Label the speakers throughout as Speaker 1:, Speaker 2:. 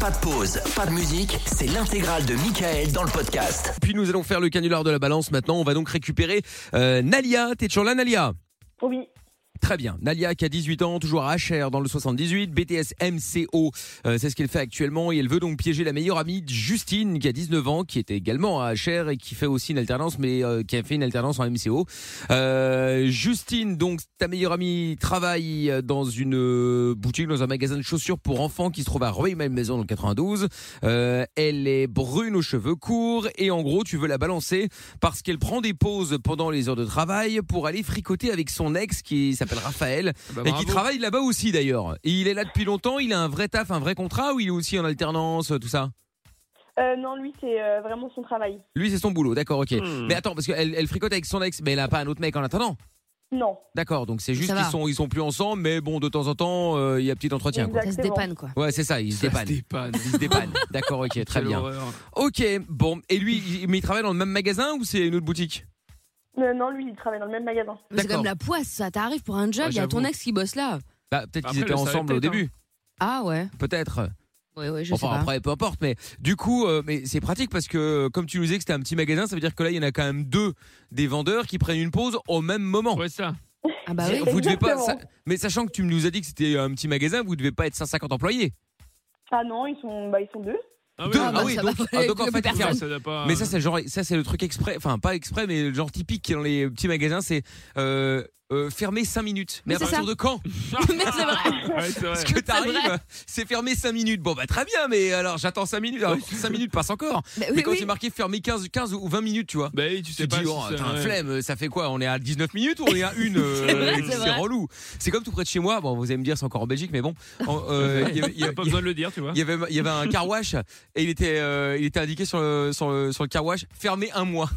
Speaker 1: Pas de pause, pas de musique, c'est l'intégrale de Michael dans le podcast.
Speaker 2: Puis nous allons faire le canular de la balance maintenant. On va donc récupérer euh, Nalia. T'es toujours là, Nalia
Speaker 3: Oui.
Speaker 2: Très bien. Nalia qui a 18 ans, toujours à HR dans le 78, BTS MCO, euh, c'est ce qu'elle fait actuellement et elle veut donc piéger la meilleure amie de Justine qui a 19 ans, qui était également à HR et qui fait aussi une alternance, mais euh, qui a fait une alternance en MCO. Euh, Justine, donc ta meilleure amie travaille dans une euh, boutique, dans un magasin de chaussures pour enfants qui se trouve à Rueil-Malmaison dans le 92. Euh, elle est brune aux cheveux courts et en gros tu veux la balancer parce qu'elle prend des pauses pendant les heures de travail pour aller fricoter avec son ex qui s'appelle Raphaël et qui travaille là-bas aussi d'ailleurs. Et Il est là depuis longtemps, il a un vrai taf, un vrai contrat ou il est aussi en alternance, euh, tout ça
Speaker 3: Euh, non, lui, c'est euh, vraiment son travail.
Speaker 2: Lui c'est son boulot, d'accord, ok. Mais attends, parce qu'elle elle fricote avec son ex, mais elle a pas un autre mec en attendant.
Speaker 3: Non.
Speaker 2: D'accord, donc c'est juste
Speaker 4: Ça va.
Speaker 2: qu'ils sont, ils sont plus ensemble, mais bon, de temps en temps, euh, il y a petit entretien. Quoi.
Speaker 4: Ça se
Speaker 3: Exactement.
Speaker 4: dépanne quoi.
Speaker 2: Ouais, c'est ça, ils se
Speaker 5: Ça se
Speaker 6: Ah,
Speaker 2: dépannent.
Speaker 5: dépanne.
Speaker 2: Ils se dépannent. D'accord, ok, très
Speaker 5: Quelle
Speaker 2: bien.
Speaker 5: horreur.
Speaker 2: Ok, bon, et lui, il- mais il travaille dans le même magasin ou c'est une autre boutique
Speaker 3: Euh, non, lui, il travaille dans le même magasin.
Speaker 4: Mais C'est
Speaker 2: D'accord.
Speaker 4: comme la poisse, ça t'arrive pour un job,
Speaker 5: Ouais,
Speaker 4: il y a ton
Speaker 5: j'avoue.
Speaker 4: ex qui bosse là.
Speaker 2: Bah, peut-être
Speaker 5: Après,
Speaker 2: qu'ils étaient
Speaker 5: le
Speaker 2: ensemble au
Speaker 5: savait peut-être,
Speaker 2: début,
Speaker 4: Ah ouais.
Speaker 2: peut-être.
Speaker 4: Ouais ouais, je
Speaker 2: Enfin,
Speaker 4: sais pas.
Speaker 2: après, peu importe, mais du coup, euh, mais c'est pratique parce que, euh, comme tu nous disais que c'était un petit magasin, ça veut dire que là, il y en a quand même deux des vendeurs qui prennent une pause au même moment.
Speaker 5: Ouais, ça.
Speaker 4: Ah bah oui.
Speaker 2: Vous devez pas,
Speaker 3: Exactement.
Speaker 2: ça- mais sachant que tu nous as dit que c'était un petit magasin, vous devez pas être 150 employés.
Speaker 3: Ah non, ils sont, bah, ils sont deux.
Speaker 5: Ah,
Speaker 2: Deux,
Speaker 4: Ah bah,
Speaker 2: ah oui,
Speaker 4: ça
Speaker 2: donc-
Speaker 4: va,
Speaker 2: ah, donc en
Speaker 4: deux
Speaker 2: fait,
Speaker 4: personnes.
Speaker 2: faire-
Speaker 5: ça n'a
Speaker 6: Ah.
Speaker 5: pas.
Speaker 6: hein.
Speaker 2: Mais ça, c'est le genre, ça c'est le truc exprès, enfin pas exprès, mais le genre typique qui est dans les petits magasins, c'est euh, euh, fermer 5 minutes. Mais,
Speaker 4: Mais
Speaker 2: à
Speaker 4: c'est
Speaker 2: partir
Speaker 4: ça.
Speaker 2: de quand
Speaker 4: Mais c'est vrai.
Speaker 5: Ouais, c'est vrai.
Speaker 2: Parce que
Speaker 4: C'est
Speaker 2: t'arrives, c'est fermé 5 minutes. Bon bah très bien, mais alors j'attends 5 minutes. 5 minutes passent encore.
Speaker 4: Bah
Speaker 2: Mais
Speaker 4: oui,
Speaker 2: quand
Speaker 4: oui.
Speaker 2: c'est marqué fermé 15, 15 ou 20 minutes, tu vois.
Speaker 5: Bah, oui, tu sais
Speaker 2: Tu te
Speaker 5: pas.
Speaker 2: dis,
Speaker 5: si
Speaker 2: oh,
Speaker 5: ça-
Speaker 2: t'as un
Speaker 5: ouais.
Speaker 2: flemme, ça fait quoi On est à 19 minutes ou on est à une euh,
Speaker 4: C'est vrai, c'est
Speaker 2: C'est
Speaker 4: vrai.
Speaker 2: relou. C'est comme tout près de chez moi. Bon, vous allez me dire, c'est encore en Belgique, mais bon. En, euh, il y avait- il y
Speaker 5: Il y a
Speaker 2: avait-
Speaker 5: pas besoin de le dire, tu vois.
Speaker 2: il y avait il y avait un car wash et il était euh, il était indiqué sur le sur le, sur le car wash fermé un mois.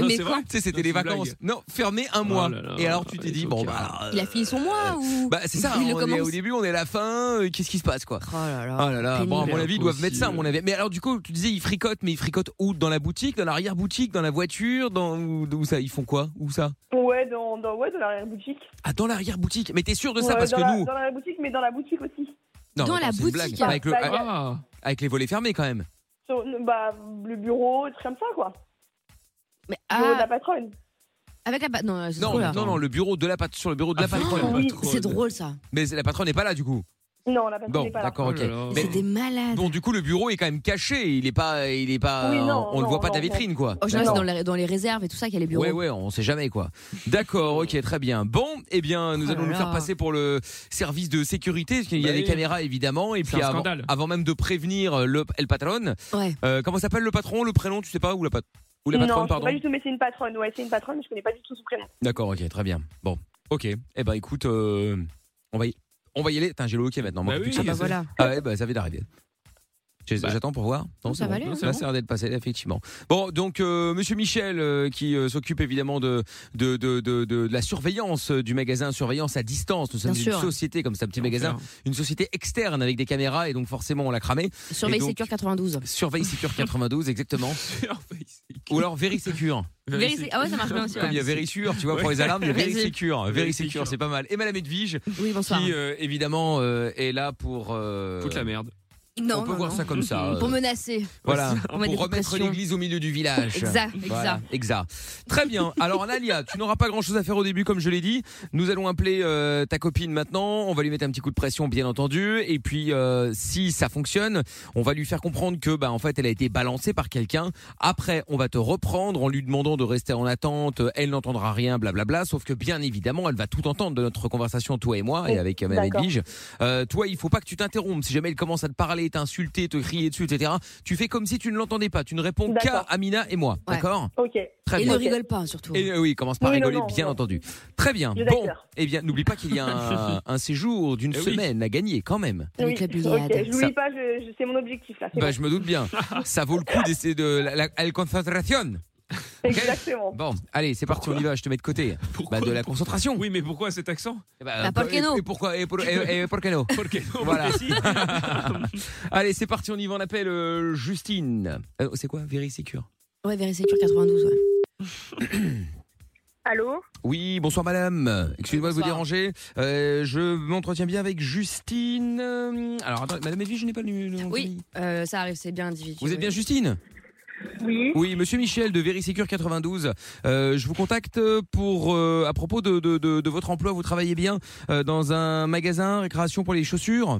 Speaker 5: Non,
Speaker 4: Mais
Speaker 5: c'est
Speaker 4: quoi
Speaker 5: vrai.
Speaker 2: Tu sais
Speaker 5: Ah, Non,
Speaker 2: c'était des
Speaker 5: c'est une
Speaker 2: vacances.
Speaker 5: blague.
Speaker 2: Non, fermé un
Speaker 5: Oh
Speaker 2: mois.
Speaker 5: là là,
Speaker 2: et alors tu t'es
Speaker 5: les
Speaker 2: dit bon
Speaker 5: tocards.
Speaker 2: bah alors, euh,
Speaker 4: Il a fini son mois ou
Speaker 2: bah, c'est ça,
Speaker 4: Il le
Speaker 2: on est,
Speaker 4: commence.
Speaker 2: au début on est à la fin, euh, qu'est-ce qui se passe quoi
Speaker 4: Oh là là.
Speaker 2: Oh là là, bon, à mon
Speaker 5: Pénible.
Speaker 2: avis, ils doivent mettre ça, à mon avis. Mais alors, du coup, tu disais, ils fricotent, mais ils fricotent où Dans la boutique, dans l'arrière-boutique, dans la voiture, dans où, où ça Ils font quoi Où ça
Speaker 3: Ouais, dans, dans, ouais, dans l'arrière-boutique.
Speaker 2: Ah, dans l'arrière-boutique. Mais t'es sûr de ça
Speaker 3: Ouais,
Speaker 2: parce
Speaker 3: dans
Speaker 2: que
Speaker 3: la-
Speaker 2: nous.
Speaker 3: Dans l'arrière-boutique, mais dans la boutique aussi.
Speaker 2: Non,
Speaker 4: Dans
Speaker 2: attends,
Speaker 4: la
Speaker 2: c'est une blague.
Speaker 4: boutique.
Speaker 2: Avec, le-
Speaker 3: Bah,
Speaker 5: Ah,
Speaker 2: avec les volets fermés quand même.
Speaker 3: Sur, bah, le bureau, des trucs comme ça, quoi.
Speaker 4: Mais
Speaker 3: Le bureau de la
Speaker 4: ah,
Speaker 3: patronne.
Speaker 4: avec la pa- non, c'est
Speaker 2: Non,
Speaker 4: drôle là.
Speaker 2: non, non, le bureau de la pat- sur le bureau de la
Speaker 5: Ah,
Speaker 2: patronne.
Speaker 5: putain,
Speaker 3: oui,
Speaker 5: pas trop.
Speaker 4: C'est drôle ça.
Speaker 2: Mais la patronne n'est pas là du coup.
Speaker 3: Non, la patronne
Speaker 2: Bon,
Speaker 3: n'est pas là. Ah,
Speaker 2: d'accord,
Speaker 5: Oh
Speaker 2: ok.
Speaker 5: là là.
Speaker 2: Mais
Speaker 4: C'est des malades.
Speaker 2: bon, du coup, le bureau est quand même caché. Il est pas, il est pas.
Speaker 3: Oui, non,
Speaker 2: on le
Speaker 3: non,
Speaker 2: voit pas
Speaker 3: non, Oh,
Speaker 2: ta vitrine quoi.
Speaker 4: En général,
Speaker 3: Non.
Speaker 4: c'est dans les, dans les réserves et tout ça qu'il y a les bureaux.
Speaker 2: Ouais, ouais, on sait jamais quoi. D'accord, ok, très bien. Bon, eh bien, nous
Speaker 4: Oh
Speaker 2: allons
Speaker 4: là
Speaker 2: nous faire
Speaker 4: là.
Speaker 2: passer pour le service de sécurité, parce qu'il y a
Speaker 5: Bah
Speaker 2: des
Speaker 5: oui.
Speaker 2: caméras évidemment, et
Speaker 5: C'est
Speaker 2: puis
Speaker 5: un
Speaker 2: avant,
Speaker 5: scandale.
Speaker 2: avant même de prévenir euh, le El Patron,
Speaker 4: Ouais.
Speaker 2: euh, comment s'appelle le patron, le prénom, tu sais pas, ou la, pat- ou la
Speaker 3: non,
Speaker 2: patronne,
Speaker 3: je sais pas
Speaker 2: pardon
Speaker 3: du tout, mais c'est une patronne. Ouais, c'est une patronne, mais je connais pas du tout son prénom.
Speaker 2: D'accord, ok, très bien. Bon, ok, eh ben écoute, euh, on, va y... on va y aller. Putain, j'ai le hockey maintenant.
Speaker 5: Bah
Speaker 2: manque
Speaker 5: oui.
Speaker 2: plus
Speaker 4: Ah
Speaker 2: que
Speaker 4: bah
Speaker 2: ça.
Speaker 4: voilà.
Speaker 2: Ah ouais, bah ça vient d'arriver. J'ai-
Speaker 5: Bah.
Speaker 2: J'attends pour voir.
Speaker 4: Non,
Speaker 2: c'est
Speaker 4: ça
Speaker 2: bon.
Speaker 4: va aller,
Speaker 2: Là,
Speaker 4: hein.
Speaker 2: ça a l'air d'être passé, effectivement. Bon, donc euh, Monsieur Michel, euh, qui euh, s'occupe évidemment de de, de, de de de la surveillance euh, du magasin, surveillance à distance. Nous sommes
Speaker 4: Bien
Speaker 2: une
Speaker 4: sûr.
Speaker 2: société comme c'est un petit magasin, une société externe avec des caméras et donc forcément on l'a cramé. Et
Speaker 4: Surveille
Speaker 2: donc-
Speaker 4: Secure 92.
Speaker 2: Surveille Secure 92, exactement. Ou alors Vérisecure.
Speaker 4: Vérifie- Ah ouais, ça marche bien aussi.
Speaker 2: Comme il y a
Speaker 4: ouais.
Speaker 2: Vérisure, tu vois, pour
Speaker 5: Ouais.
Speaker 2: les alarmes, il y a Vérisecure. Vérisecure,
Speaker 5: Vérisecure.
Speaker 2: c'est pas mal. Et Madame Edwige,
Speaker 4: Oui, bonsoir.
Speaker 2: qui euh, évidemment euh, est là pour. euh,
Speaker 5: Toute la merde.
Speaker 4: Non,
Speaker 2: on peut
Speaker 4: non,
Speaker 2: voir
Speaker 4: non.
Speaker 2: ça comme ça. euh,
Speaker 4: Pour menacer.
Speaker 2: Voilà,
Speaker 5: Ouais,
Speaker 4: on met des
Speaker 2: pour remettre
Speaker 4: pressions.
Speaker 2: l'église au milieu du village.
Speaker 4: Exact, exact.
Speaker 2: Voilà, exact. Très bien. Alors, Nalia, tu n'auras pas grand chose à faire au début, comme je l'ai dit. Nous allons appeler euh, ta copine maintenant. On va lui mettre un petit coup de pression, bien entendu. Et puis, euh, si ça fonctionne, on va lui faire comprendre que, bah, en fait, elle a été balancée par quelqu'un. Après, on va te reprendre en lui demandant de rester en attente. Elle n'entendra rien, blablabla. Sauf que, bien évidemment, elle va tout entendre de notre conversation, toi et moi,
Speaker 4: Oh,
Speaker 2: et
Speaker 3: Oui,
Speaker 2: avec euh, Madame
Speaker 3: d'accord.
Speaker 2: Edwige. Euh, toi, il faut pas que tu t'interrompes. Si jamais elle commence à te parler, t'insulter, te crier dessus, etc., tu fais comme si tu ne l'entendais pas. Tu ne réponds qu'à
Speaker 3: D'accord.
Speaker 2: Amina et moi.
Speaker 4: Ouais.
Speaker 2: D'accord
Speaker 3: Ok.
Speaker 2: Très
Speaker 4: Et
Speaker 2: bien.
Speaker 4: ne rigole pas surtout.
Speaker 2: Et euh, oui, commence par
Speaker 3: Oui, non,
Speaker 2: rigoler,
Speaker 3: non,
Speaker 2: bien
Speaker 3: non.
Speaker 2: entendu. Très bien.
Speaker 3: Je suis
Speaker 2: Bon,
Speaker 3: d'accord.
Speaker 2: eh bien, n'oublie pas qu'il y a un, un séjour d'une
Speaker 5: Eh oui.
Speaker 2: semaine à gagner quand même.
Speaker 4: Avec la billade.
Speaker 3: Ok, je
Speaker 2: Ça-
Speaker 3: l'oublie pas, je, je- c'est mon objectif là. c'est
Speaker 2: Bah,
Speaker 3: bon.
Speaker 2: je me doute bien. Ça vaut le coup d'essayer de la, la- la concentration.
Speaker 3: Exactement.
Speaker 2: Bon, allez, c'est parti, on y va. Je te mets de côté.
Speaker 5: Pourquoi
Speaker 2: Bah, de la concentration.
Speaker 5: Oui, mais pourquoi cet accent
Speaker 2: Eh ben,
Speaker 4: Ah, por qué no
Speaker 2: et, et pourquoi et, pour- et- et por qué no
Speaker 5: Pourquoi non
Speaker 2: Voilà.
Speaker 5: Pourquoi si
Speaker 2: Allez, c'est parti, on y va. On appelle euh, Justine. Euh, c'est quoi Very Secure
Speaker 4: Ouais, Vérifie Secure 92. Ouais.
Speaker 5: Allô
Speaker 2: Oui, bonsoir madame. Excusez-moi de vous
Speaker 4: Bonsoir.
Speaker 2: déranger. Euh, je m'entretiens bien avec Justine. Euh, Alors attendez, madame Edwige, je n'ai pas le numéro. de nom de
Speaker 4: Oui,
Speaker 2: famille.
Speaker 4: euh, ça arrive, c'est bien individuel.
Speaker 2: Vous êtes bien
Speaker 4: oui.
Speaker 2: Justine
Speaker 5: Oui.
Speaker 2: Oui, monsieur Michel de Vérisécure 92. Euh, je vous contacte pour euh, à propos de, de, de- de votre emploi. Vous travaillez bien euh, dans un magasin récréation pour les chaussures.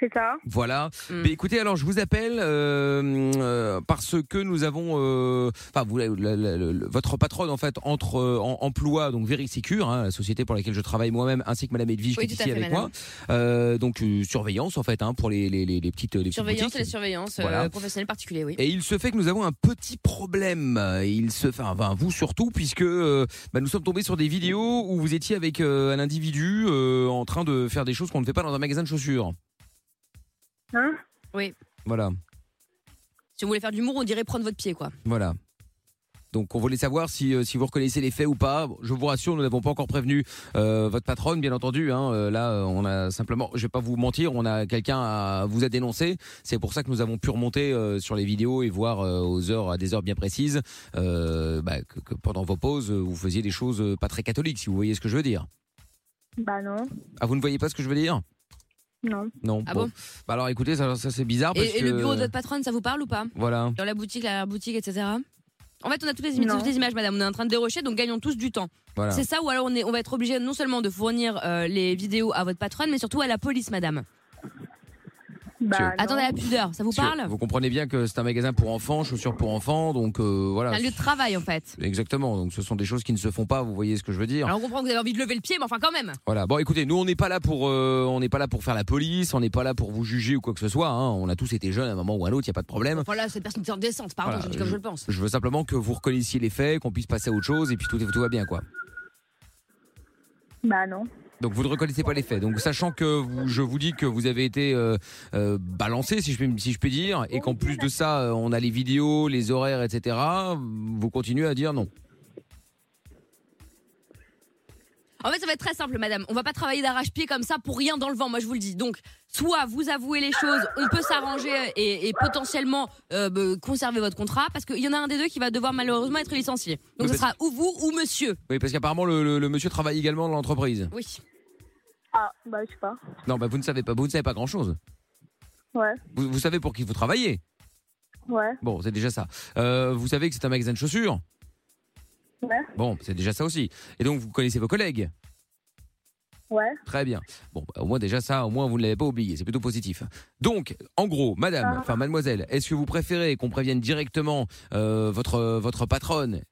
Speaker 5: C'est ça
Speaker 2: Voilà.
Speaker 4: Mm.
Speaker 2: Mais écoutez, alors je vous appelle euh, euh, parce que nous avons, euh, enfin vous, la- la- la- la- votre patronne en fait entre euh, en- emploi donc Vérisécure, hein, la société pour laquelle je travaille moi-même, ainsi que Madame Edwige
Speaker 4: Oui,
Speaker 2: qui est
Speaker 4: tout à
Speaker 2: ici
Speaker 4: fait,
Speaker 2: avec moi.
Speaker 4: madame.
Speaker 2: Euh, donc euh, surveillance en fait hein, pour les, les, les, les petites les petites
Speaker 4: Surveillance
Speaker 2: boutiques.
Speaker 4: et les surveillances euh,
Speaker 2: Voilà.
Speaker 4: professionnelles particulières, oui.
Speaker 2: Et il se fait que nous avons un petit problème. Il se fait, enfin vous surtout, puisque euh, bah, nous sommes tombés sur des vidéos où vous étiez avec euh, un individu euh, en train de faire des choses qu'on ne fait pas dans un magasin de chaussures.
Speaker 5: Hein
Speaker 2: Voilà,
Speaker 4: Si vous voulez faire de l'humour, on dirait prendre votre pied, quoi.
Speaker 2: voilà. Donc on voulait savoir si, euh, si vous reconnaissez les faits ou pas. Bon, Je vous rassure, nous n'avons pas encore prévenu euh, votre patronne, bien entendu. hein. Euh, là, euh, on a simplement, je vais pas vous mentir, on a quelqu'un à vous a dénoncé. C'est pour ça que nous avons pu remonter euh, sur les vidéos et voir euh, aux heures, à des heures bien précises, euh, bah, que, que pendant vos pauses, euh, vous faisiez des choses euh, pas très catholiques, si vous voyez ce que je veux dire.
Speaker 5: Bah non.
Speaker 2: Ah, vous ne voyez pas ce que je veux dire
Speaker 5: Non.
Speaker 2: Non.
Speaker 4: Ah bon
Speaker 2: Bah alors, écoutez, ça, ça, c'est bizarre parce
Speaker 4: et, et le
Speaker 2: que-
Speaker 4: bureau de votre patronne, ça vous parle ou pas
Speaker 2: Voilà.
Speaker 4: Dans la boutique, l'arrière-boutique, etc. En fait, on a toutes les, im-
Speaker 5: Non.
Speaker 4: toutes les images, madame. On est en train de dérocher, donc gagnons tous du temps.
Speaker 2: Voilà.
Speaker 4: C'est ça, ou alors on, est, on va être obligé non seulement de fournir euh, les vidéos à votre patronne, mais surtout à la police, madame.
Speaker 5: Bah non.
Speaker 4: Attendez la pudeur, ça vous
Speaker 2: Parce que
Speaker 4: parle
Speaker 2: Vous comprenez bien que c'est un magasin pour enfants, chaussures pour enfants, donc euh, voilà.
Speaker 4: C'est un lieu de travail, en fait.
Speaker 2: Exactement. Donc ce sont des choses qui ne se font pas. Vous voyez ce que je veux dire
Speaker 4: Alors on comprend que vous avez envie de lever le pied, mais enfin quand même.
Speaker 2: Voilà. Bon, écoutez, nous on n'est pas là pour, euh, on n'est pas là pour faire la police, on n'est pas là pour vous juger ou quoi que ce soit. hein. On a tous été jeunes à un moment ou à l'autre, il y a pas de problème.
Speaker 4: Voilà, cette personne est indécente, pardon,
Speaker 2: Voilà,
Speaker 4: je dis comme
Speaker 2: je-
Speaker 4: je le pense.
Speaker 2: Je veux simplement que vous reconnaissiez les faits, qu'on puisse passer à autre chose et puis tout, est- tout va bien quoi.
Speaker 5: Bah non.
Speaker 2: Donc vous ne reconnaissez pas les faits. Donc sachant que vous- je vous dis que vous avez été euh, euh, balancé, si je, puis- si je puis dire, et qu'en plus de ça, euh, on a les vidéos, les horaires, etc. Vous continuez à dire non.
Speaker 4: En fait, ça va être très simple, madame. On va pas travailler d'arrache-pied comme ça pour rien dans le vent, moi je vous le dis. Donc, soit vous avouez les choses, on peut s'arranger et, et potentiellement euh, bah, conserver votre contrat, parce qu'il y en a un des deux qui va devoir malheureusement être licencié.
Speaker 2: Oui,
Speaker 4: Donc, ce
Speaker 2: parce-
Speaker 4: sera ou vous ou monsieur.
Speaker 2: Oui, parce qu'apparemment le, le- le monsieur travaille également dans l'entreprise.
Speaker 4: Oui.
Speaker 5: Ah, bah je sais pas.
Speaker 2: Non, bah vous ne savez pas, vous ne savez pas grand chose.
Speaker 5: Ouais.
Speaker 2: Vous, vous savez pour qui vous travaillez.
Speaker 5: Ouais.
Speaker 2: Bon, c'est déjà ça. Euh, vous savez que c'est un magasin de chaussures.
Speaker 5: Ouais.
Speaker 2: Bon, c'est déjà ça aussi. Et donc vous connaissez vos collègues.
Speaker 5: Ouais.
Speaker 2: Très bien. Bon, bah, au moins déjà ça, au moins vous ne l'avez pas oublié. C'est plutôt positif. Donc, en gros, madame,
Speaker 5: Ah.
Speaker 2: enfin mademoiselle, est-ce que vous préférez qu'on prévienne directement euh, votre votre patronne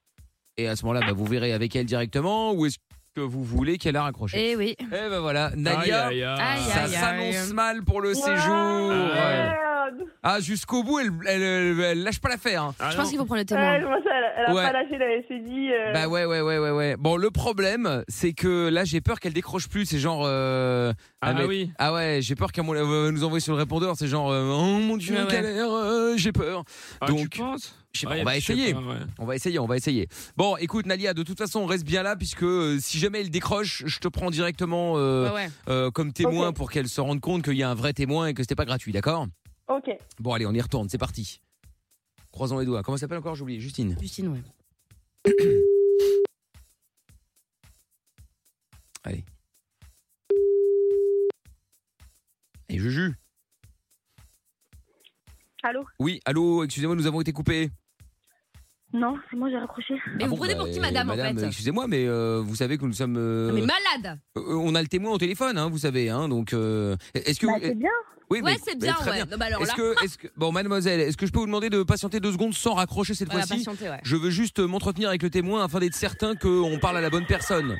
Speaker 2: et à ce moment-là, bah, vous verrez avec elle directement, ou est-ce que vous voulez qu'elle a raccroché
Speaker 4: Eh oui.
Speaker 2: Eh ben voilà, Nadia.
Speaker 6: Aïe, aïe, aïe.
Speaker 4: Aïe,
Speaker 2: Ça
Speaker 4: aïe,
Speaker 2: s'annonce
Speaker 4: aïe.
Speaker 2: mal pour le séjour.
Speaker 6: Ouais.
Speaker 3: Merde.
Speaker 2: Ah, jusqu'au bout, elle, elle- elle- elle lâche pas l'affaire. hein.
Speaker 6: Ah
Speaker 4: je
Speaker 6: non.
Speaker 4: pense qu'il faut prendre le témoin.
Speaker 3: Ouais, je vois ça, elle, elle a
Speaker 2: Ouais.
Speaker 3: pas lâché, elle s'est dit. euh,
Speaker 2: Bah ouais, ouais, ouais, ouais, ouais. Bon, le problème, c'est que là, j'ai peur qu'elle décroche plus. C'est genre. euh,
Speaker 6: Ah
Speaker 2: mais-
Speaker 6: oui.
Speaker 2: Ah ouais, j'ai peur qu'elle euh, nous envoie sur le répondeur. C'est genre, euh, oh mon dieu,
Speaker 4: Ouais, ouais.
Speaker 2: galère, euh, j'ai peur.
Speaker 6: Ah,
Speaker 2: Donc,
Speaker 6: tu penses Ah,
Speaker 2: Je sais pas,
Speaker 6: Ouais,
Speaker 2: on va
Speaker 6: je sais
Speaker 2: essayer.
Speaker 6: pas, ouais.
Speaker 2: On va essayer, on va essayer. Bon, écoute, Nalia, de toute façon, on reste bien là, puisque euh, si jamais elle décroche, je te prends directement euh,
Speaker 4: Ouais, Ah ouais.
Speaker 2: euh, comme témoin
Speaker 3: Ok.
Speaker 2: pour qu'elle se rende compte qu'il y a un vrai témoin et que c'était pas gratuit, d'accord
Speaker 3: Ok.
Speaker 2: Bon, allez, on y retourne, c'est parti. Croisons les doigts. Comment elle s'appelle encore J'oublie. Justine.
Speaker 4: Justine, ouais.
Speaker 2: Et Juju.
Speaker 5: Allô
Speaker 2: Oui, allô, excusez-moi, nous avons été coupés.
Speaker 5: Non, c'est moi j'ai raccroché.
Speaker 4: Mais
Speaker 2: Ah
Speaker 4: vous
Speaker 2: bon,
Speaker 4: prenez pour
Speaker 2: bah,
Speaker 4: qui, madame, en
Speaker 2: euh,
Speaker 4: fait Ah,
Speaker 2: Excusez-moi, mais euh, vous savez que nous sommes. euh,
Speaker 4: Mais malade
Speaker 2: euh, on a le témoin au téléphone, hein, vous savez. Hein, donc, euh, est-ce que.
Speaker 5: Bah
Speaker 2: vous-
Speaker 5: c'est bien.
Speaker 2: oui,
Speaker 4: Ouais,
Speaker 2: mais-
Speaker 4: c'est
Speaker 2: mais
Speaker 4: bien,
Speaker 2: très
Speaker 4: ouais. Non, bah alors
Speaker 2: Est-ce
Speaker 4: là,
Speaker 2: que, est-ce que, bon, mademoiselle, est-ce que je peux vous demander de patienter deux secondes sans raccrocher cette
Speaker 4: voilà,
Speaker 2: fois-ci
Speaker 4: patientez, ouais.
Speaker 2: Je veux juste m'entretenir avec le témoin afin d'être certain qu'on parle à la bonne personne.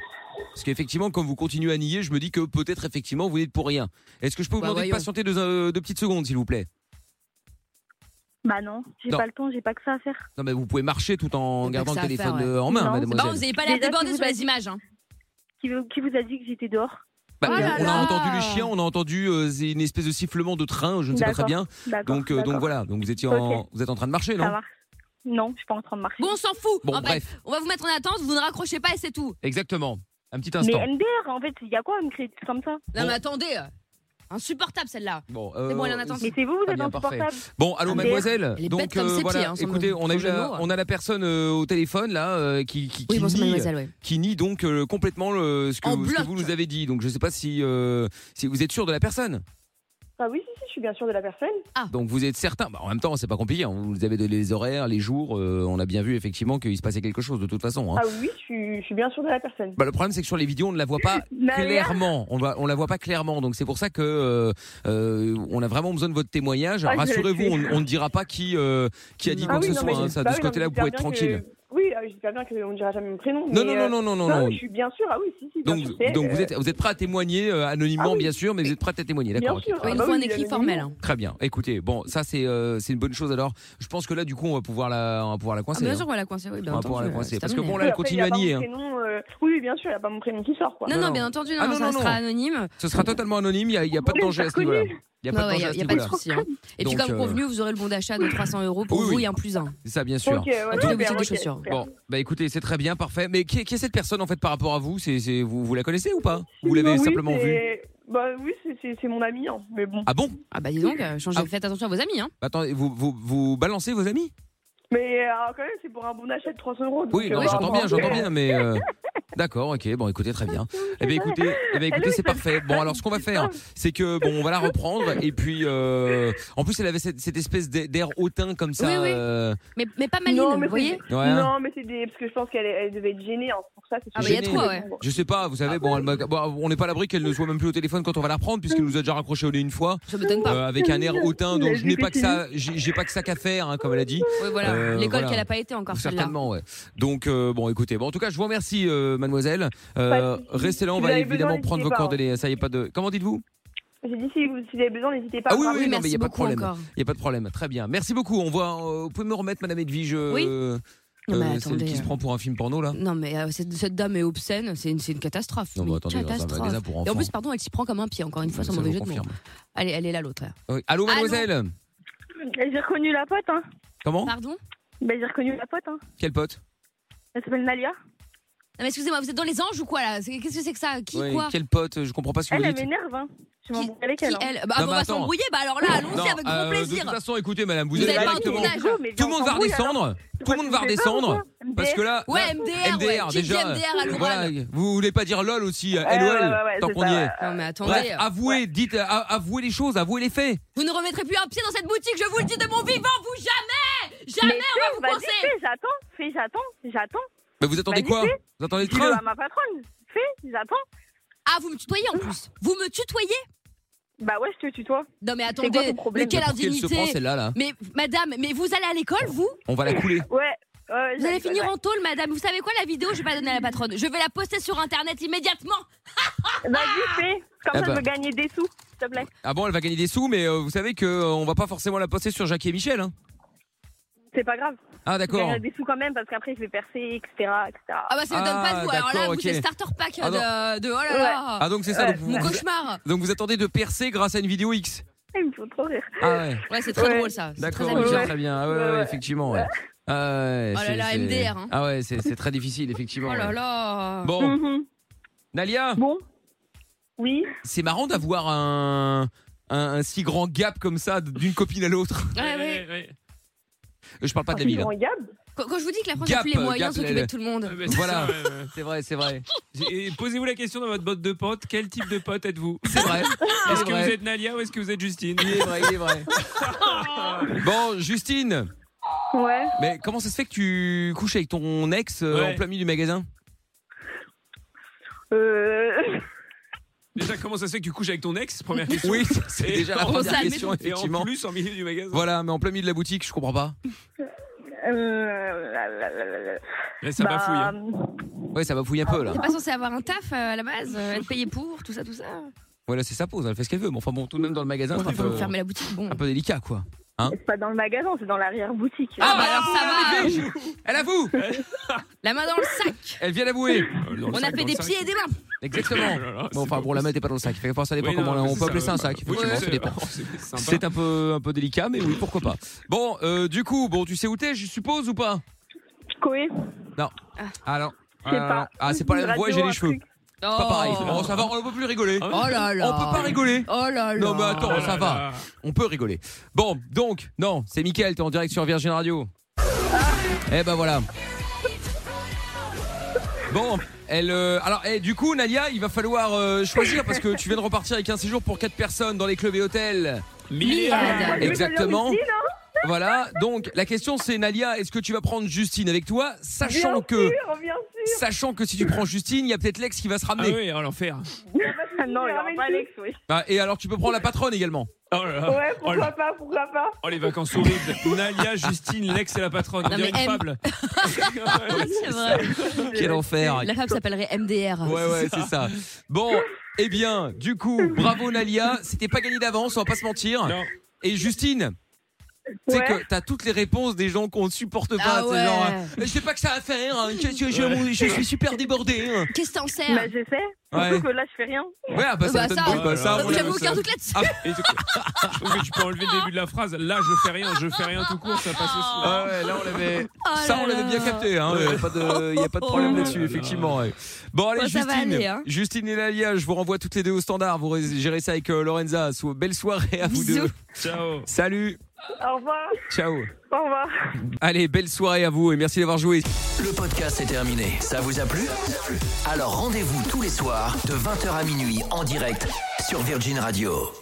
Speaker 2: Parce qu'effectivement, quand vous continuez à nier, je me dis que peut-être effectivement vous n'êtes pour rien. Est-ce que je peux vous
Speaker 4: Bah,
Speaker 2: demander de
Speaker 4: voyons.
Speaker 2: patienter deux, euh, deux petites secondes, s'il vous plaît
Speaker 5: Bah non, j'ai
Speaker 2: Non.
Speaker 5: pas le temps, j'ai pas que ça à faire.
Speaker 2: Non, mais vous pouvez marcher tout en
Speaker 4: Pas
Speaker 2: gardant
Speaker 4: que
Speaker 2: le
Speaker 4: ça à
Speaker 2: téléphone
Speaker 4: faire, ouais.
Speaker 2: euh, en main,
Speaker 5: Non,
Speaker 4: C'est
Speaker 2: mademoiselle.
Speaker 4: pas, vous n'avez Bah, pas l'air
Speaker 5: Déjà, si
Speaker 4: débordé
Speaker 5: vous
Speaker 4: sur les
Speaker 5: avez-
Speaker 4: images. Hein.
Speaker 5: Qui, veut- qui vous a dit que j'étais dehors
Speaker 2: Bah,
Speaker 4: Oh
Speaker 2: on-
Speaker 4: là
Speaker 2: on a
Speaker 4: là
Speaker 2: entendu le chien, on a entendu euh, une espèce de sifflement de train, je ne sais pas très
Speaker 5: D'accord,
Speaker 2: bien.
Speaker 5: D'accord.
Speaker 2: Donc, euh, donc
Speaker 5: d'accord.
Speaker 2: voilà, donc vous étiez en,
Speaker 5: Ok.
Speaker 2: vous êtes en train de marcher,
Speaker 5: Ça
Speaker 2: non
Speaker 5: marche. Non, je suis pas en train de marcher.
Speaker 4: Bon, on s'en fout.
Speaker 2: Bon,
Speaker 4: en fait,
Speaker 2: bref,
Speaker 4: on va vous mettre en attente, vous ne raccrochez pas et c'est tout.
Speaker 2: exactement. Un petit
Speaker 5: mais
Speaker 2: instant.
Speaker 5: MDR, en fait, il y a quoi à me créer des trucs comme ça
Speaker 4: Non,
Speaker 2: Bon.
Speaker 4: mais attendez. euh, Insupportable celle-là.
Speaker 2: Bon,
Speaker 4: C'est bon, elle en
Speaker 2: euh,
Speaker 4: attend.
Speaker 5: Mais c'est vous, vous
Speaker 2: Très
Speaker 5: êtes
Speaker 2: bien, parfait.
Speaker 5: insupportable.
Speaker 2: Bon, allô
Speaker 5: Elle est
Speaker 2: mademoiselle.
Speaker 4: bête
Speaker 2: Donc euh,
Speaker 4: comme ses
Speaker 2: voilà,
Speaker 4: pieds, hein, sans
Speaker 2: écoutez,
Speaker 4: me-
Speaker 2: on a
Speaker 4: sans
Speaker 2: eu
Speaker 4: jeu de
Speaker 2: la-
Speaker 4: mots.
Speaker 2: on a la personne euh, au téléphone là euh, qui qui,
Speaker 4: Oui,
Speaker 2: qui
Speaker 4: bon, c'est
Speaker 2: nie,
Speaker 4: mademoiselle, ouais.
Speaker 2: qui nie donc euh, complètement le- ce, que,
Speaker 4: En
Speaker 2: vous- ce que
Speaker 4: bloc.
Speaker 2: vous nous avez dit. Donc je sais pas si euh, si vous êtes sûr de la personne.
Speaker 3: Ah oui, si, si, je suis bien sûre de la personne.
Speaker 2: Donc vous êtes certain. Bah, en même temps, c'est pas compliqué. hein. Vous nous avez donné les horaires, les jours. euh, on a bien vu effectivement qu'il se passait quelque chose de toute façon. hein.
Speaker 3: Ah oui, je suis, je suis bien sûre de la personne.
Speaker 2: Bah, le problème c'est que sur les vidéos on ne la voit pas
Speaker 3: Mais regarde,
Speaker 2: clairement. On va, on la voit pas clairement. Donc c'est pour ça que euh, euh, on a vraiment besoin de votre témoignage.
Speaker 3: Ah, je vais
Speaker 2: Rassurez-vous,
Speaker 3: la
Speaker 2: on
Speaker 3: tuer.
Speaker 2: on ne dira pas qui euh, qui a dit
Speaker 4: Ah
Speaker 2: quoi que
Speaker 3: oui,
Speaker 2: ce
Speaker 3: non,
Speaker 2: soit.
Speaker 3: mais
Speaker 2: hein.
Speaker 3: je-
Speaker 2: ça, de
Speaker 3: bah
Speaker 2: ce
Speaker 3: oui, non,
Speaker 2: côté-là,
Speaker 3: mais
Speaker 2: vous pouvez être
Speaker 3: j'espère bien
Speaker 2: tranquille.
Speaker 3: que- Oui, ah, j'espère bien qu'on ne dira jamais mon prénom.
Speaker 2: Non,
Speaker 3: mais,
Speaker 2: non,
Speaker 3: euh,
Speaker 2: non, non, non, non,
Speaker 3: non,
Speaker 2: non.
Speaker 3: mais Je suis bien sûre, ah oui, si, si. bien
Speaker 2: Donc,
Speaker 3: sûr, c'est
Speaker 2: donc
Speaker 3: elle,
Speaker 2: vous
Speaker 3: euh,
Speaker 2: êtes, vous êtes prêt à témoigner euh, anonymement,
Speaker 3: Ah oui.
Speaker 2: bien sûr, mais vous êtes prêt à témoigner,
Speaker 3: Bien
Speaker 2: d'accord ok,
Speaker 3: sûr.
Speaker 2: très
Speaker 4: Ouais,
Speaker 2: bien.
Speaker 4: il nous
Speaker 3: bah
Speaker 4: faut un
Speaker 3: oui,
Speaker 4: écrit
Speaker 3: l'anonymat.
Speaker 4: formel. hein.
Speaker 2: Très bien. Écoutez, bon, ça c'est euh, c'est une bonne chose. Alors, je pense que là, du coup, on va pouvoir la, on va pouvoir la
Speaker 4: Ah,
Speaker 2: coincer.
Speaker 4: bien
Speaker 2: hein.
Speaker 4: sûr, on va la coincer. Oui, bien
Speaker 2: On va pouvoir
Speaker 4: entendu,
Speaker 2: la coincer,
Speaker 4: c'est
Speaker 2: parce que
Speaker 4: terminé.
Speaker 2: pour
Speaker 3: oui,
Speaker 2: elle
Speaker 3: après,
Speaker 2: continue
Speaker 3: il y a
Speaker 2: à
Speaker 3: pas
Speaker 2: nier, hein.
Speaker 3: mon prénom, euh, Oui, bien sûr, il n'y a pas mon prénom qui sort, quoi.
Speaker 4: Non,
Speaker 2: Non,
Speaker 4: non,
Speaker 2: non.
Speaker 4: bien entendu, non,
Speaker 2: Ah, non,
Speaker 4: ça
Speaker 2: non,
Speaker 4: sera
Speaker 2: non.
Speaker 4: anonyme.
Speaker 2: Ce sera totalement anonyme. Il y a, il y a pas de
Speaker 3: Oui,
Speaker 2: danger à ce
Speaker 3: reconnu.
Speaker 2: niveau-là. Il y a pas de
Speaker 4: Ouais, ouais,
Speaker 2: danger à
Speaker 4: y
Speaker 2: ce
Speaker 4: a pas de
Speaker 2: niveau-là.
Speaker 4: souci. hein. Et puis,
Speaker 2: Donc,
Speaker 4: comme
Speaker 2: euh,
Speaker 4: convenu, vous aurez le bon d'achat de 300 euros pour
Speaker 2: Oui,
Speaker 4: vous
Speaker 2: oui.
Speaker 4: et un plus un.
Speaker 2: C'est Ça, bien sûr.
Speaker 3: Ok, ouais,
Speaker 4: Donc,
Speaker 3: euh, super,
Speaker 4: le boutique de
Speaker 3: ok,
Speaker 4: chaussures.
Speaker 3: super.
Speaker 2: Bon, bah écoutez, c'est très bien, parfait. Mais qui est, qui est cette personne en fait par rapport à vous C'est c'est- vous, vous la connaissez ou pas Vous l'avez
Speaker 3: Oui,
Speaker 2: simplement vue
Speaker 3: c'est- Bah oui, c'est- c'est c'est mon ami, hein, mais bon.
Speaker 2: Ah bon
Speaker 4: Ah, bah dis donc, euh, changez,
Speaker 2: Ah.
Speaker 4: faites attention à vos amis. Hein.
Speaker 2: Attendez, vous, vous, vous balancez vos amis
Speaker 3: Mais euh, alors, quand même, c'est pour un bon achat de 300 euros. donc,
Speaker 2: Oui, non,
Speaker 3: euh,
Speaker 2: mais
Speaker 3: bah,
Speaker 2: j'entends
Speaker 3: bon,
Speaker 2: bien, j'entends
Speaker 3: ok.
Speaker 2: bien, mais euh, d'accord, ok, bon, écoutez, très bien. Eh bien, écoutez, eh bien, écoutez, c'est parfait. Bon, alors, ce qu'on va faire, c'est que bon, on va la reprendre, et puis, euh, en plus, elle avait cette, cette espèce d'a- d'air hautain comme ça.
Speaker 4: Oui, oui.
Speaker 2: euh,
Speaker 4: Mais, mais pas
Speaker 3: Non,
Speaker 4: maline,
Speaker 3: mais
Speaker 4: vous voyez
Speaker 3: c'est-
Speaker 2: ouais, hein.
Speaker 3: Non, mais c'est des. Parce que je pense qu'elle elle devait être gênée, hein, pour ça. c'est
Speaker 4: Ah,
Speaker 2: mais
Speaker 3: sûr.
Speaker 2: il y a de quoi,
Speaker 4: ouais.
Speaker 2: Je sais pas, vous savez, bon, elle m'a- bon, on n'est pas à l'abri qu'elle ne soit même plus au téléphone quand on va la reprendre, puisqu'elle nous a déjà raccroché au nez une fois,
Speaker 4: Ça m'étonne pas.
Speaker 2: euh, avec un air hautain, donc
Speaker 3: Mais
Speaker 2: je n'ai pas que
Speaker 3: écoutez.
Speaker 2: ça, j'ai j'ai pas que ça qu'à faire, hein, comme elle a dit.
Speaker 4: Oui, voilà.
Speaker 2: euh,
Speaker 4: L'école
Speaker 2: voilà.
Speaker 4: qu'elle a pas été encore, celle-là.
Speaker 2: Certainement, ouais. Donc, euh, bon, écoutez, bon, en tout cas, je vous remercie, euh, mademoiselle. Euh,
Speaker 3: Pas de souci.
Speaker 2: restez là, on
Speaker 3: Si vous
Speaker 2: va
Speaker 3: avez besoin,
Speaker 2: évidemment
Speaker 3: n'hésitez
Speaker 2: prendre vos
Speaker 3: pas, hein.
Speaker 2: coordonnées. Ça y est, pas de. Comment dites-vous
Speaker 3: J'ai dit, si vous, si vous avez besoin, n'hésitez pas
Speaker 2: Ah
Speaker 3: à me
Speaker 2: oui,
Speaker 3: rappeler.
Speaker 2: non, mais
Speaker 4: merci
Speaker 2: y a pas de
Speaker 4: beaucoup
Speaker 2: problème.
Speaker 4: encore.
Speaker 2: Il n'y a pas de problème. Très bien. Merci beaucoup. On voit. euh, vous pouvez me remettre, Madame Edwige. euh,
Speaker 4: Oui.
Speaker 2: euh,
Speaker 4: Non, mais
Speaker 2: celle
Speaker 4: attendez.
Speaker 2: qui se
Speaker 4: euh,
Speaker 2: prend pour un film porno là.
Speaker 4: Non, mais euh, cette, cette dame est obscène, c'est une, c'est une catastrophe.
Speaker 2: Non, mais
Speaker 4: Une
Speaker 2: attendez, dans un
Speaker 4: catastrophe.
Speaker 2: magasin pour
Speaker 4: Et en
Speaker 2: enfants.
Speaker 4: plus, pardon, elle s'y prend comme un pied, encore une fois,
Speaker 2: Ça,
Speaker 4: sans
Speaker 2: je
Speaker 4: mauvais
Speaker 2: vous
Speaker 4: jeu de mots.
Speaker 2: confirme.
Speaker 4: Allez, elle est là, l'autre. là.
Speaker 2: Oui. Allô,
Speaker 4: Allô
Speaker 2: mademoiselle.
Speaker 3: Bah,
Speaker 5: Et J'ai reconnu la pote, hein.
Speaker 2: Comment
Speaker 4: Pardon Non,
Speaker 5: Ben, j'ai reconnu la pote, hein.
Speaker 2: Quel pote
Speaker 5: Elle s'appelle Nalia.
Speaker 4: mais excusez-moi, vous êtes dans les anges ou quoi là C'est- Qu'est-ce que c'est que ça Qui,
Speaker 2: Oui,
Speaker 4: quoi
Speaker 2: Quel pote Je comprends pas ce que
Speaker 5: Elle,
Speaker 2: vous
Speaker 5: elle
Speaker 2: dites.
Speaker 5: m'énerve, hein. Je
Speaker 4: Qui-
Speaker 5: m'embrouille avec elle.
Speaker 4: qui,
Speaker 5: hein.
Speaker 4: elle Bah,
Speaker 2: Non,
Speaker 4: on
Speaker 2: mais
Speaker 4: va
Speaker 2: attends.
Speaker 4: s'embrouiller, bah alors là, allons-y
Speaker 2: Non,
Speaker 4: avec grand
Speaker 2: euh, De toute
Speaker 4: plaisir.
Speaker 2: façon, écoutez, Madame, vous,
Speaker 4: Vous
Speaker 2: êtes
Speaker 4: avez pas un
Speaker 2: directement.
Speaker 4: tournage.
Speaker 5: Go, mais
Speaker 2: Tout le monde va
Speaker 5: on s'embrouille,
Speaker 2: redescendre.
Speaker 5: alors.
Speaker 2: Tout le monde va
Speaker 5: Tu fais pas ou
Speaker 2: redescendre.
Speaker 5: quoi
Speaker 2: Parce que là,
Speaker 4: Ouais,
Speaker 2: là,
Speaker 4: MDR,
Speaker 2: MDR
Speaker 4: ouais. Qui dit
Speaker 2: déjà.
Speaker 4: MDR à l'oral
Speaker 2: voilà, vous voulez pas dire lol aussi, euh,
Speaker 3: Ouais,
Speaker 2: LOL,
Speaker 3: ouais, ouais, ouais,
Speaker 2: tant
Speaker 3: c'est
Speaker 2: qu'on
Speaker 3: ça,
Speaker 2: y est.
Speaker 3: ouais.
Speaker 4: Non, mais attendez.
Speaker 2: Bref, avouez, dites, euh, avouez les choses, avouez les faits.
Speaker 4: Vous ne remettrez plus un pied dans cette boutique, je vous le dis de mon vivant, vous jamais Jamais
Speaker 5: Mais
Speaker 4: on va vous
Speaker 5: Vas-y,
Speaker 4: coincer
Speaker 5: fais, j'attends, fais, j'attends, j'attends.
Speaker 2: Mais vous attendez
Speaker 5: Bah,
Speaker 2: quoi
Speaker 5: dites-le.
Speaker 2: Vous attendez le
Speaker 5: Dis-le
Speaker 2: train
Speaker 5: à ma patronne. Fais, j'attends.
Speaker 4: Ah, vous me tutoyez en plus Vous me tutoyez
Speaker 5: Bah ouais, je te tutoie.
Speaker 4: Non, mais
Speaker 5: quoi ton
Speaker 4: attendez,
Speaker 5: problème
Speaker 4: mais quelle
Speaker 2: Pour qu'elle se prend
Speaker 4: indignité
Speaker 2: celle-là, là.
Speaker 4: Mais madame, mais vous allez à l'école, vous
Speaker 2: On va la couler.
Speaker 5: Ouais. ouais,
Speaker 4: Vous allez
Speaker 5: j'arrive,
Speaker 4: finir
Speaker 5: ouais.
Speaker 4: en tôle, madame. Vous savez quoi, la vidéo, je vais pas la donner à la patronne. Je vais la poster sur internet immédiatement.
Speaker 5: Vas-y, fais.
Speaker 2: Ah
Speaker 5: Comme ça,
Speaker 2: bah.
Speaker 5: je veux gagner des sous, s'il te plaît.
Speaker 2: Ah bon, elle va gagner des sous, mais euh, vous savez que euh, on va pas forcément la poster sur Jackie et Michel. Hein.
Speaker 5: C'est pas grave.
Speaker 2: Ah
Speaker 5: Je
Speaker 2: d'accord.
Speaker 5: gagnerai des sous quand même parce qu'après, je vais percer, etc. etc.
Speaker 4: Ah bah, ça me
Speaker 2: Ah,
Speaker 4: donne pas de vous. Alors là,
Speaker 2: d'accord,
Speaker 4: vous,
Speaker 2: ok.
Speaker 4: c'est starter pack
Speaker 2: Ah
Speaker 4: de, de- Oh là là
Speaker 2: Ah donc c'est ça.
Speaker 5: Ouais.
Speaker 2: Donc vous,
Speaker 4: Mon
Speaker 2: vous-
Speaker 4: cauchemar
Speaker 2: donc vous attendez de percer grâce à une vidéo X.
Speaker 5: Il me faut trop rire.
Speaker 2: Ah ouais.
Speaker 4: Ouais, c'est très
Speaker 5: Ouais.
Speaker 4: drôle, ça. C'est très
Speaker 2: D'accord.
Speaker 4: amusant.
Speaker 2: ok,
Speaker 5: amusant.
Speaker 2: Très bien. Ah ouais,
Speaker 5: Ouais,
Speaker 2: ouais,
Speaker 5: ouais.
Speaker 2: effectivement. Ouais. Ah ouais,
Speaker 4: Oh là
Speaker 2: c'est-
Speaker 4: là,
Speaker 2: c'est-
Speaker 4: MDR, hein.
Speaker 2: Ah ouais, c'est c'est très difficile effectivement.
Speaker 4: Oh là
Speaker 2: ouais.
Speaker 4: là
Speaker 3: Mmh.
Speaker 2: Bon,
Speaker 5: Mhm.
Speaker 2: Nalia,
Speaker 5: Bon. Oui.
Speaker 2: c'est marrant d'avoir un, un un si grand gap comme ça d'une copine à l'autre. Euh,
Speaker 4: Ouais, Ah ouais.
Speaker 2: Je parle pas de la
Speaker 3: Ils
Speaker 2: ville.
Speaker 3: vont en Gab.
Speaker 4: Quand, quand je vous dis que la France
Speaker 2: Gap,
Speaker 4: a plus les moyens de
Speaker 2: Gap,
Speaker 4: s'occuper
Speaker 2: le-
Speaker 4: de tout le monde.
Speaker 6: Ouais, bah, c'est
Speaker 2: Voilà.
Speaker 6: ça, ouais, ouais.
Speaker 2: hein. C'est vrai, c'est vrai.
Speaker 6: J'ai- et Posez-vous la question dans votre botte de potes. Quel type de pote êtes-vous
Speaker 2: C'est vrai.
Speaker 4: Ah,
Speaker 6: Est-ce que
Speaker 2: vrai.
Speaker 6: vous êtes Nalia ou est-ce que vous êtes Justine
Speaker 2: Il est vrai, il est vrai. Bon, Justine,
Speaker 5: Ouais.
Speaker 2: mais comment ça se fait que tu couches avec ton ex euh,
Speaker 6: Ouais.
Speaker 2: en plein milieu du magasin
Speaker 5: Euh...
Speaker 6: Déjà, comment ça se fait que tu couches avec ton ex Première question.
Speaker 2: Oui, c'est
Speaker 6: Et
Speaker 2: déjà la
Speaker 6: en-
Speaker 2: première
Speaker 4: ça,
Speaker 2: question,
Speaker 6: Et en
Speaker 2: effectivement.
Speaker 6: plus, en milieu du magasin.
Speaker 2: Voilà, mais en plein milieu de la boutique, je comprends pas.
Speaker 5: euh, la, la, la, la, la.
Speaker 6: Là, ça
Speaker 5: Bah,
Speaker 6: bafouille. hein.
Speaker 2: Ouais, ça va fouiller un peu là.
Speaker 4: T'es pas censé avoir un taf euh, à la base, euh, être payé pour, tout ça, tout ça.
Speaker 2: Voilà, c'est sa pause, elle fait ce qu'elle veut. Mais enfin bon, tout de même dans le magasin, c'est un
Speaker 4: Il faut
Speaker 2: peu,
Speaker 4: fermer la boutique, bon.
Speaker 2: un peu délicat quoi.
Speaker 5: C'est pas dans le magasin, c'est dans l'arrière-boutique.
Speaker 4: Ah bah alors ça va
Speaker 2: Elle avoue
Speaker 4: La main dans le sac
Speaker 2: Elle vient d'avouer
Speaker 6: Euh, dans
Speaker 4: On
Speaker 6: le
Speaker 4: a
Speaker 6: sac,
Speaker 4: fait
Speaker 6: dans
Speaker 4: des
Speaker 6: le sac.
Speaker 4: pieds et des mains
Speaker 2: Exactement
Speaker 6: Oh là là, c'est
Speaker 2: Bon, enfin bon, la main n'était pas dans le sac. Fait que enfin, ça dépend
Speaker 6: Oui,
Speaker 2: comment
Speaker 6: non,
Speaker 2: on,
Speaker 6: mais
Speaker 2: on
Speaker 6: c'est
Speaker 2: peut
Speaker 6: ça,
Speaker 2: appeler ça un
Speaker 6: ouais,
Speaker 2: sac.
Speaker 6: bah, oui,
Speaker 2: Effectivement, ça
Speaker 6: c'est-
Speaker 2: dépend.
Speaker 6: oh, c'est sympa.
Speaker 2: C'est un peu, un peu délicat, mais oui, pourquoi pas. Bon, euh, du coup, bon, tu sais où t'es, je suppose, ou pas
Speaker 5: Coé,
Speaker 2: Alors,
Speaker 5: je sais pas.
Speaker 2: ah, c'est pas la
Speaker 5: Une
Speaker 2: même voix,
Speaker 5: radio,
Speaker 2: j'ai
Speaker 5: un
Speaker 2: les cheveux.
Speaker 5: truc.
Speaker 2: Pas pareil.
Speaker 4: Oh.
Speaker 2: Bon, ça va, on peut plus rigoler.
Speaker 6: Ah
Speaker 2: On
Speaker 6: oui.
Speaker 4: Oh là là.
Speaker 2: peut pas rigoler.
Speaker 4: Oh là là.
Speaker 2: Non, mais attends,
Speaker 6: Oh là
Speaker 2: ça
Speaker 6: là
Speaker 2: va.
Speaker 6: là.
Speaker 2: On peut rigoler. Bon, donc, non, c'est Mickaël, t'es en direct sur Virgin Radio. Eh ben voilà. Bon, elle. euh, alors, eh, du coup, Nalia, il va falloir euh, choisir parce que tu viens de repartir avec un séjour pour 4 personnes dans les clubs et hôtels.
Speaker 3: Ah,
Speaker 4: Myriade.
Speaker 3: Je vais choisir
Speaker 2: Ah, Exactement.
Speaker 3: Justine, hein,
Speaker 2: Voilà. Donc, la question, c'est Nalia, est-ce que tu vas prendre Justine avec toi, sachant
Speaker 3: bien
Speaker 2: que.
Speaker 3: sûr, bien sûr.
Speaker 2: Sachant que si tu prends Justine, il y a peut-être l'ex qui va se
Speaker 6: Ah
Speaker 2: ramener.
Speaker 6: oui, à l'enfer.
Speaker 5: Ah non, il y aura
Speaker 3: Mais
Speaker 5: pas
Speaker 3: si.
Speaker 5: Alex, oui.
Speaker 2: Ah, et alors, tu peux prendre la patronne également.
Speaker 6: Oh là là.
Speaker 3: Ouais,
Speaker 6: oh,
Speaker 3: pourquoi pas, pourquoi pas.
Speaker 6: oh, les vacances horribles. Nalia, Justine, l'ex et la patronne. On
Speaker 4: Non,
Speaker 6: dirait une
Speaker 4: mais M.
Speaker 6: fable.
Speaker 4: Ah, C'est vrai.
Speaker 2: Quel enfer.
Speaker 4: La femme s'appellerait MDR.
Speaker 2: Ouais, ouais, Ah, c'est ça. Bon, eh bien, du coup, bravo Nalia. C'était pas gagné d'avance, on va pas se mentir.
Speaker 6: Non.
Speaker 2: Et Justine, tu sais
Speaker 3: Ouais.
Speaker 2: que t'as toutes les réponses des gens qu'on ne supporte pas.
Speaker 4: Ah
Speaker 2: c'est
Speaker 4: ouais.
Speaker 2: genre, euh, je sais pas que ça à faire. hein, Je, je- je-
Speaker 6: Ouais.
Speaker 2: je suis super débordé. hein.
Speaker 4: Qu'est-ce que t'en sers
Speaker 5: Bah, j'essaie.
Speaker 2: Ouais.
Speaker 5: Surtout que là, je fais rien.
Speaker 2: Ouais, ah bah,
Speaker 4: Bah,
Speaker 2: ça, m'étonne
Speaker 4: ça,
Speaker 2: pas, bah, ça,
Speaker 6: Ah,
Speaker 4: J'avoue
Speaker 2: voilà,
Speaker 4: J'avais
Speaker 6: ouais,
Speaker 4: aucun
Speaker 6: ça.
Speaker 4: doute là-dessus.
Speaker 6: Et tu- je trouve que tu peux enlever le début de la phrase. Là, je fais rien, je fais rien tout court, ça passe aussi.
Speaker 2: Ah ouais, là on l'avait,
Speaker 4: Oh
Speaker 2: ça
Speaker 4: là
Speaker 2: on l'avait
Speaker 4: là. Oh
Speaker 2: bien capté, hein. Il n'y a pas de, il y a pas de problème là-dessus, effectivement. ouais. Bon allez
Speaker 4: Bon, ça
Speaker 2: Justine,
Speaker 4: va aller, hein.
Speaker 2: Justine et Lalia, je vous renvoie toutes les deux au standard. Vous gérez ça avec euh, Lorenza. So- Belle soirée à vous
Speaker 4: Bisous.
Speaker 2: deux.
Speaker 6: Ciao.
Speaker 2: Salut,
Speaker 3: Au revoir,
Speaker 2: ciao.
Speaker 3: au revoir.
Speaker 2: Allez, belle soirée à vous et merci d'avoir joué.
Speaker 1: Le podcast est terminé. Ça vous a plu Alors rendez-vous tous les soirs de 20h à minuit en direct sur Virgin Radio.